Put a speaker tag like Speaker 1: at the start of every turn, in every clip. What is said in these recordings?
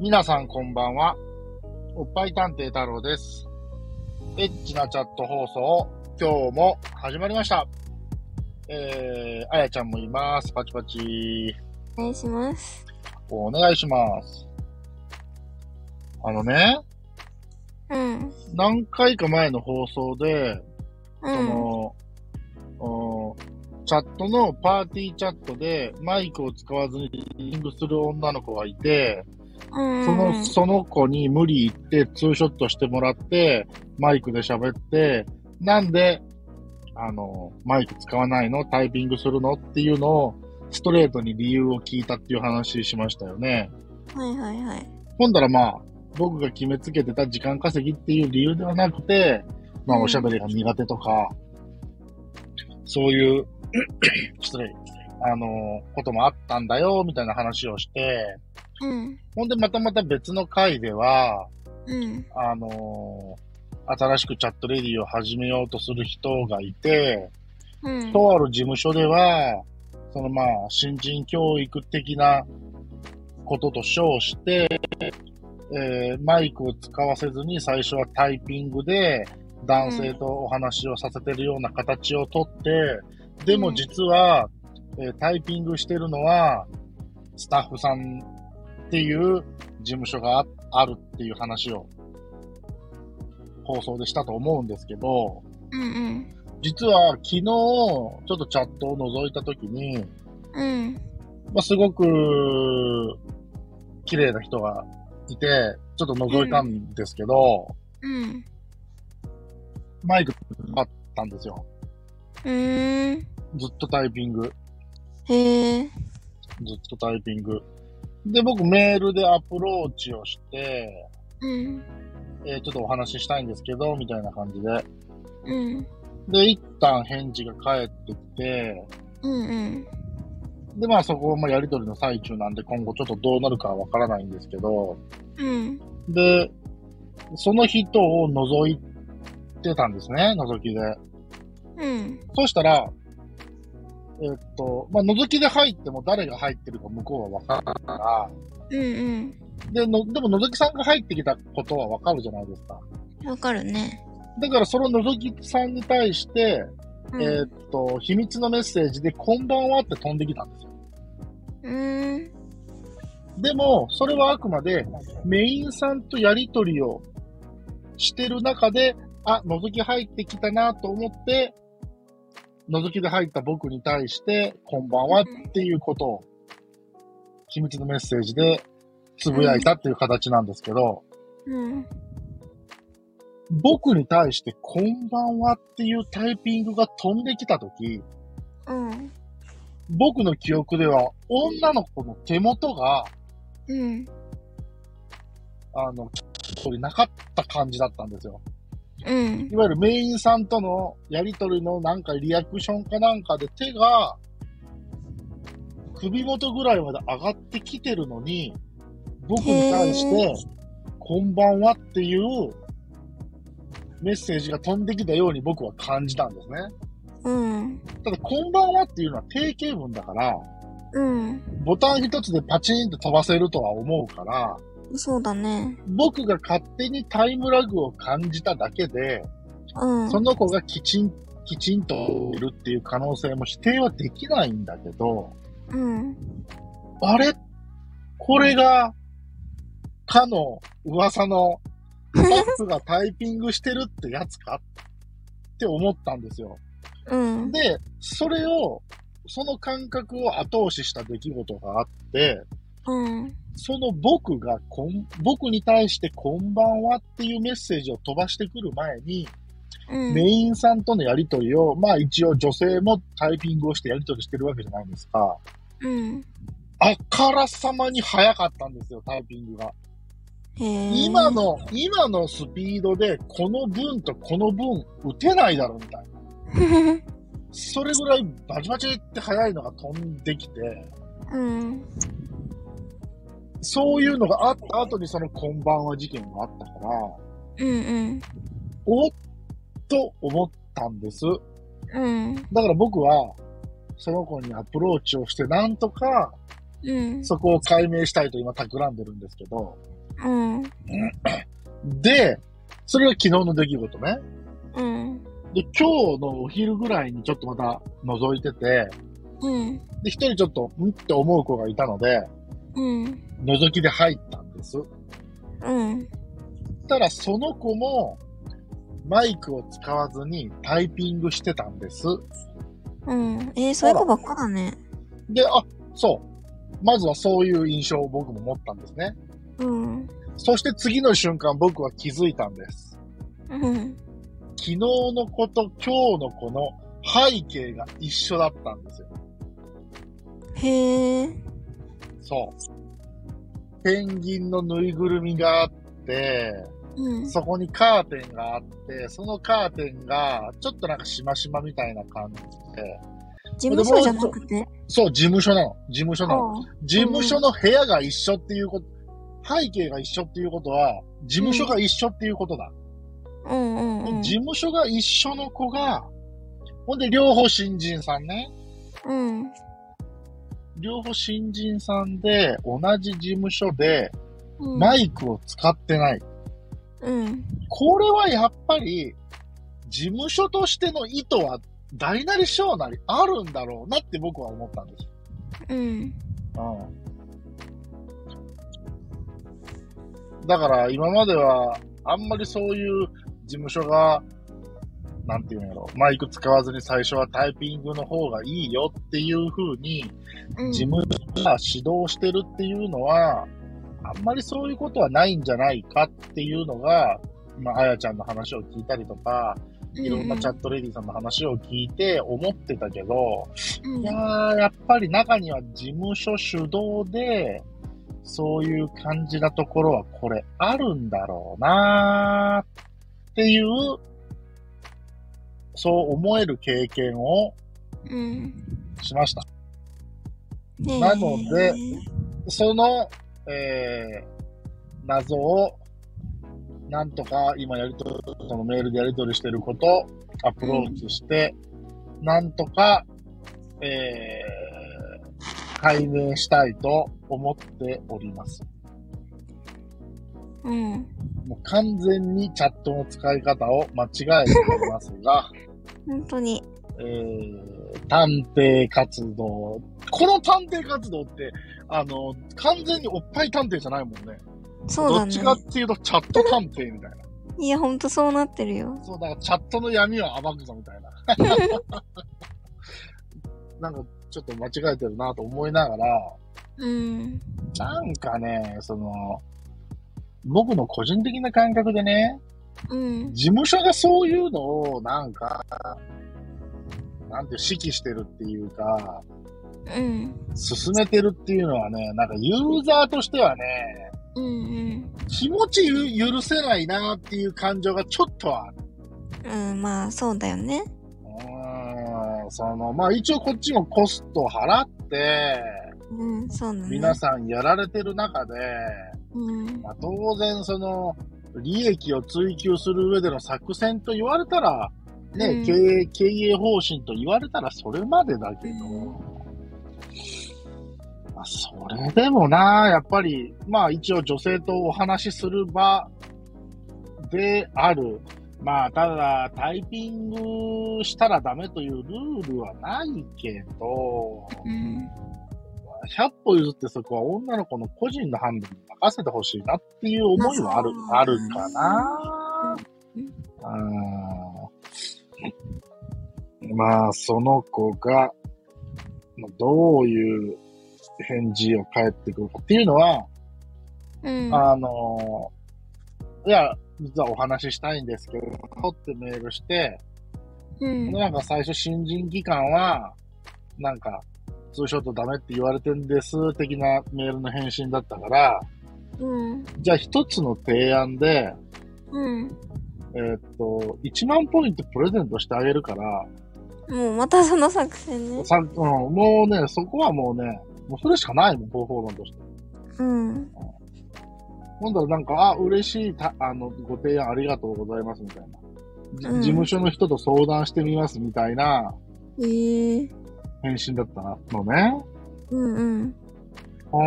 Speaker 1: 皆さんこんばんは。おっぱい探偵太郎です。エッチなチャット放送、今日も始まりました。えー、あやちゃんもいます。パチパチ。
Speaker 2: お願いします。
Speaker 1: お願いします。あのね、
Speaker 2: うん。
Speaker 1: 何回か前の放送で、
Speaker 2: う
Speaker 1: そ
Speaker 2: ん。
Speaker 1: の、おチャットのパーティーチャットでマイクを使わずにリングする女の子がいて、
Speaker 2: うん。
Speaker 1: その、その子に無理言ってツーショットしてもらって、マイクで喋って、なんで、あの、マイク使わないのタイピングするのっていうのを、ストレートに理由を聞いたっていう話しましたよね。
Speaker 2: はいはいはい。
Speaker 1: ほんだらまあ、僕が決めつけてた時間稼ぎっていう理由ではなくて、まあ、
Speaker 2: うん
Speaker 1: おしゃべりが苦手とか、そういう、 失礼、あの、こともあったんだよ、みたいな話をして、
Speaker 2: うん。
Speaker 1: ほんでまたまた別の回では、
Speaker 2: うん。
Speaker 1: あの新しくチャットレディを始めようとする人がいて、
Speaker 2: うん。
Speaker 1: とある事務所では、そのまあ、新人教育的なことと称して、えーマイクを使わせずに最初はタイピングで男性とお話をさせてるような形をとって、でも実は、えータイピングしてるのはスタッフさんっていう事務所がああるっていう話を放送でしたと思うんですけど、
Speaker 2: うんうん。
Speaker 1: 実は昨日、ちょっとチャットを覗いたときに、
Speaker 2: うん。
Speaker 1: まあ、すごく、綺麗な人がいて、ちょっと覗いたんですけど、
Speaker 2: うん。
Speaker 1: マイクあったんですよ。
Speaker 2: うーん。
Speaker 1: ずっとタイピング、ず
Speaker 2: へえ。
Speaker 1: っとタイピング。で、僕メールでアプローチをして、
Speaker 2: うん。
Speaker 1: えーちょっとお話ししたいんですけど、みたいな感じで。
Speaker 2: うん。
Speaker 1: で、一旦返事が返ってきて、
Speaker 2: うんうん。
Speaker 1: で、まあそこもやりとりの最中なんで、今後ちょっとどうなるかはわからないんですけど、
Speaker 2: うん。
Speaker 1: で、その人を覗いてたんですね、覗きで。
Speaker 2: うん。
Speaker 1: そしたら、えっと、まあ、覗きで入っても誰が入ってるか向こうは分かるから、
Speaker 2: うん
Speaker 1: で、の、でも覗きさんが入ってきたことは分かるじゃないですか。
Speaker 2: うん。わかるね。
Speaker 1: だからその覗きさんに対して、
Speaker 2: う
Speaker 1: えっ
Speaker 2: ん。
Speaker 1: と、秘密のメッセージで、こんばんはって飛んできたんですよ。
Speaker 2: うーん。
Speaker 1: でも、それはあくまで、メインさんとやりとりをしてる中で、あ、覗き入ってきたなと思って、覗きで入った僕に対して、こんばんはっていうことを、秘密のメッセージでつぶやいたっていう形なんですけど、
Speaker 2: うん。
Speaker 1: 僕に対して、こんばんはっていうタイピングが飛んできたとき、
Speaker 2: うん。
Speaker 1: 僕の記憶では、女の子の手元が、
Speaker 2: うん。
Speaker 1: あの、これなかった感じだったんですよ。
Speaker 2: うん。
Speaker 1: いわゆるメインさんとのやりとりのなんかリアクションかなんかで手が首元ぐらいまで上がってきてるのに、僕に対し
Speaker 2: へ
Speaker 1: て、こんばんはっていうメッセージが飛んできたように僕は感じたんですね。
Speaker 2: うん。
Speaker 1: ただ、こんばんはっていうのは定型文だから、
Speaker 2: うん。
Speaker 1: ボタン一つでパチンと飛ばせるとは思うから、
Speaker 2: そうだね。
Speaker 1: 僕が勝手にタイムラグを感じただけで、
Speaker 2: うん。
Speaker 1: その子がきちん、きちんといるっていう可能性も否定はできないんだけど、
Speaker 2: うん。
Speaker 1: あれこれが、かの噂の、スタッフがタイピングしてるってやつかって思ったんですよ。
Speaker 2: うん。
Speaker 1: で、それを、その感覚を後押しした出来事があって、
Speaker 2: うん。
Speaker 1: その僕がこん、僕に対してこんばんはっていうメッセージを飛ばしてくる前に、
Speaker 2: うん。
Speaker 1: メインさんとのやりとりを、まあ一応女性もタイピングをしてやりとりしてるわけじゃないですか。
Speaker 2: うん。
Speaker 1: あからさまに早かったんですよ、タイピングが。
Speaker 2: へえ。
Speaker 1: 今。の、今のスピードで、この分とこの分打てないだろ、みたいな。それぐらいバチバチって早いのが飛んできて、
Speaker 2: うん。
Speaker 1: そういうのがあった後にそのこんばんは事件があったから、
Speaker 2: うん
Speaker 1: おっと思ったんです。
Speaker 2: うん。うん。
Speaker 1: だから僕は、その子にアプローチをして、なんとか、
Speaker 2: うん。
Speaker 1: そこを解明したいと今企んでるんですけど、
Speaker 2: うん。
Speaker 1: で、それが昨日の出来事ね。
Speaker 2: うん。
Speaker 1: で、今日のお昼ぐらいにちょっとまた覗いてて、
Speaker 2: うん。
Speaker 1: で、一人ちょっと、んって思う子がいたので、
Speaker 2: うん。
Speaker 1: 覗きで入ったんです。
Speaker 2: うん。
Speaker 1: そしたらその子も、マイクを使わずにタイピングしてたんです。
Speaker 2: うん。えー、そういう子ばっかだね。
Speaker 1: で、あ、そう。まずはそういう印象を僕も持ったんですね。
Speaker 2: うん。
Speaker 1: そして次の瞬間僕は気づいたんです。
Speaker 2: うん。
Speaker 1: 昨日の子と今日の子の背景が一緒だったんですよ。
Speaker 2: へえ。
Speaker 1: そう。ペンギンのぬいぐるみがあって、
Speaker 2: うん。
Speaker 1: そこにカーテンがあって、そのカーテンがちょっとなんかしましまみたいな感じで、
Speaker 2: 事務所じゃなくて。
Speaker 1: そう、事務所なの。事務所なの。
Speaker 2: あ
Speaker 1: 事務所の部屋が一緒っていうこと、背景が一緒っていうことは、事務所が一緒っていうことだ。
Speaker 2: あうんうんうん。
Speaker 1: 事務所が一緒の子が、ほんで両方新人さんね。
Speaker 2: うん。
Speaker 1: 両方新人さんで、同じ事務所で、
Speaker 2: うん。
Speaker 1: マイクを使ってない。
Speaker 2: うん。
Speaker 1: これはやっぱり、事務所としての意図は、大なり小なりあるんだろうなって僕は思ったんです。
Speaker 2: うん。
Speaker 1: うん。だから今までは、あんまりそういう事務所が、なんていうんやろ、マイク使わずに最初はタイピングの方がいいよっていう風に、
Speaker 2: うん。
Speaker 1: 事務所が指導してるっていうのは、あんまりそういうことはないんじゃないかっていうのが、まあ、あやちゃんの話を聞いたりとか、いろんなチャットレディさんの話を聞いて思ってたけど、
Speaker 2: うん
Speaker 1: いやー、やっぱり中には事務所主導で、そういう感じなところはこれあるんだろうなーっていう、そう思える経験を
Speaker 2: うん。
Speaker 1: しました。
Speaker 2: ねえ
Speaker 1: なので、その、えー、謎を、なんとか今やりとり、そのメールでやり取りしてること、アプローチして、なんとか、えー、解明したいと思っております。
Speaker 2: うん。
Speaker 1: もう完全にチャットの使い方を間違えておりますが、
Speaker 2: 本当に。
Speaker 1: えー、探偵活動。この探偵活動って、あの、完全におっぱい探偵じゃないもんね。
Speaker 2: そうだ
Speaker 1: どっ
Speaker 2: ね
Speaker 1: ち。かっていうと、チャット探偵みたいな。
Speaker 2: いや、ほんとそうなってるよ。
Speaker 1: そう、だからチャットの闇を暴くぞみたいな。 なんか、ちょっと間違えてるなと思いながら、
Speaker 2: うん。
Speaker 1: なんかね、その、僕の個人的な感覚でね、
Speaker 2: うん。
Speaker 1: 事務所がそういうのを、なんか、なんていう指揮してるっていうか、
Speaker 2: うん。
Speaker 1: 進めてるっていうのはね、なんかユーザーとしてはね、
Speaker 2: うんうん。
Speaker 1: 気持ちゆ許せないなっていう感情がちょっとはある。
Speaker 2: うん、まあ、そうだよね。
Speaker 1: うーん、その、まあ一応こっちもコスト払って、
Speaker 2: うん、そうだね。
Speaker 1: 皆さんやられてる中で、
Speaker 2: うん
Speaker 1: ま。あ当然その、利益を追求する上での作戦と言われたら、ね、
Speaker 2: うん
Speaker 1: 経営、経営方針と言われたらそれまでだけど、
Speaker 2: うん
Speaker 1: まあそれでもな、やっぱり、まあ一応女性とお話しする場である。まあただ、タイピングしたらダメというルールはないけど、
Speaker 2: うん。
Speaker 1: 100歩譲ってそこは女の子の個人の判断に任せてほしいなっていう思いはある、
Speaker 2: まあ
Speaker 1: あるかな
Speaker 2: うん。
Speaker 1: うんまあ、その子が、まあどういう返事を返ってくるかっていうのは、
Speaker 2: うん。
Speaker 1: あの、いや、実はお話ししたいんですけど、取ってメールして、
Speaker 2: うん。
Speaker 1: なんか最初新人期間は、なんか、ツーショットダメって言われてんです、的なメールの返信だったから、
Speaker 2: うん。
Speaker 1: じゃあ一つの提案で、
Speaker 2: うん。
Speaker 1: えーっと、1万ポイントプレゼントしてあげるから、
Speaker 2: もうまたその作戦ね。
Speaker 1: さうん、もうね、そこはもうね、もうそれしかないもん、方法論として。
Speaker 2: うん。
Speaker 1: 今度はなんか、あ、嬉しいた、あの、ご提案ありがとうございます、みたいな。じ
Speaker 2: うん
Speaker 1: 事務所の人と相談してみます、みたいな
Speaker 2: ええ。
Speaker 1: 返信だったなのね。
Speaker 2: うんうん。
Speaker 1: ほ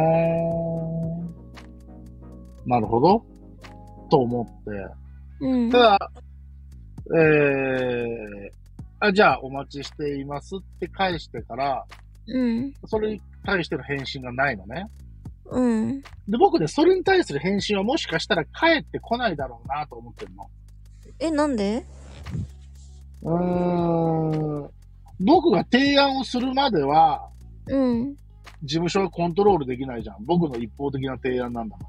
Speaker 1: ーん。なるほど。と思って。
Speaker 2: うん。
Speaker 1: ただ、えー、あ、じゃあお待ちしていますって返してから、
Speaker 2: うん。
Speaker 1: それに対しての返信がないのね。
Speaker 2: うん。
Speaker 1: で、僕ね、それに対する返信はもしかしたら返ってこないだろうなと思ってるの。
Speaker 2: え、なんで
Speaker 1: うーん。僕が提案をするまでは、
Speaker 2: うん。
Speaker 1: 事務所はコントロールできないじゃん。僕の一方的な提案なんだか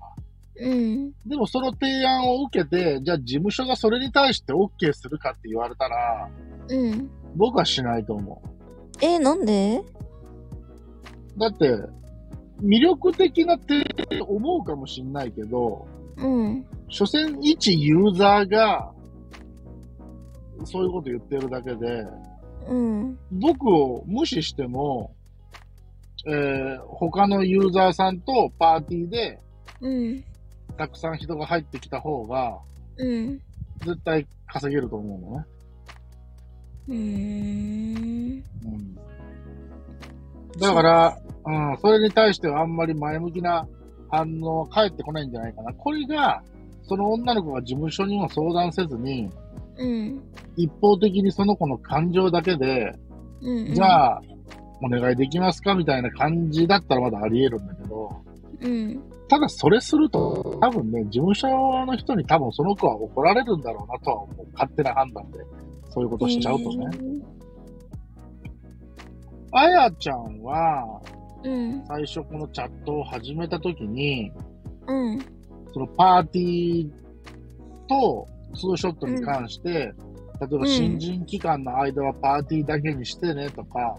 Speaker 1: ら。
Speaker 2: うん。
Speaker 1: でもその提案を受けて、じゃあ事務所がそれに対して OK するかって言われたら、
Speaker 2: うん。
Speaker 1: 僕はしないと思
Speaker 2: え、なんで
Speaker 1: う。だって、魅力的な提案と思うかもしんないけど、
Speaker 2: うん。
Speaker 1: 所詮一ユーザーが、そういうこと言ってるだけで、
Speaker 2: うん。
Speaker 1: 僕を無視しても、えー他のユーザーさんとパーティーで
Speaker 2: うん。
Speaker 1: たくさん人が入ってきた方が、
Speaker 2: うん。
Speaker 1: 絶対稼げると思うのね。
Speaker 2: うーん。
Speaker 1: うんだから、うん、それに対してはあんまり前向きな反応は返ってこないんじゃないかな。これが、その女の子が事務所にも相談せずに、
Speaker 2: うん。
Speaker 1: 一方的にその子の感情だけで、
Speaker 2: うん。
Speaker 1: じゃ
Speaker 2: あ。
Speaker 1: あ、お願いできますかみたいな感じだったらまだあり得るんだけど、
Speaker 2: うん。
Speaker 1: ただそれすると、多分ね、事務所の人に多分その子は怒られるんだろうなとは思う。勝手な判断で、そういうことしちゃうとね。あやちゃんは、
Speaker 2: えー。うん。
Speaker 1: 最初このチャットを始めた時に、
Speaker 2: うん。
Speaker 1: そのパーティーとツーショットに関して、例えば新人期間の間はパーティーだけにしてねとか、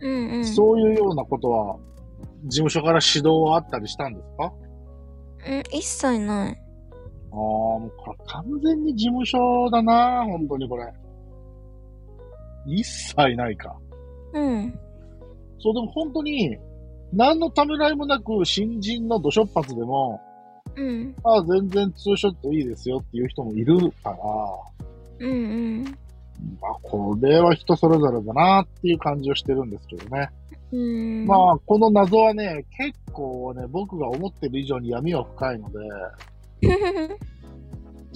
Speaker 2: うん。うん。
Speaker 1: そういうようなことは、事務所から指導はあったりしたんですかあ
Speaker 2: うん。一切ない。
Speaker 1: あ、もうこれ完全に事務所だな、本当にこれ。一切ないか。
Speaker 2: うん。
Speaker 1: そう、でも本当に、何のためらいもなく新人の土初発でも、
Speaker 2: うん。
Speaker 1: あ全然ツーショットいいですよっていう人もいるから、
Speaker 2: うん。
Speaker 1: まあ、これは人それぞれだなっていう感じをしてるんですけどね。
Speaker 2: うん。
Speaker 1: ま
Speaker 2: あ。
Speaker 1: あ、この謎はね、結構ね、僕が思ってる以上に闇は深いので、え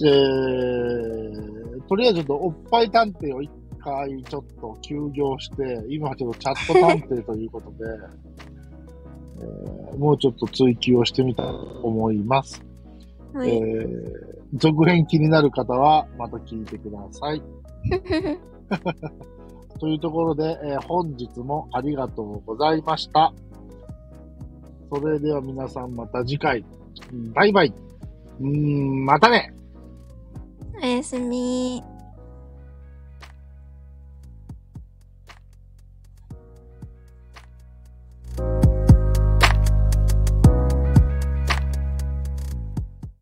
Speaker 1: ー、とりあえずちょっとおっぱい探偵を一回ちょっと休業して、今はちょっとチャット探偵ということで、えーもうちょっと追求をしてみたいと思います。
Speaker 2: は
Speaker 1: え
Speaker 2: い。
Speaker 1: ー続編気になる方はまた聞いてください。というところで、えー本日もありがとうございました。それでは皆さんまた次回。バイバイ。うーん、またね
Speaker 2: おやすみ。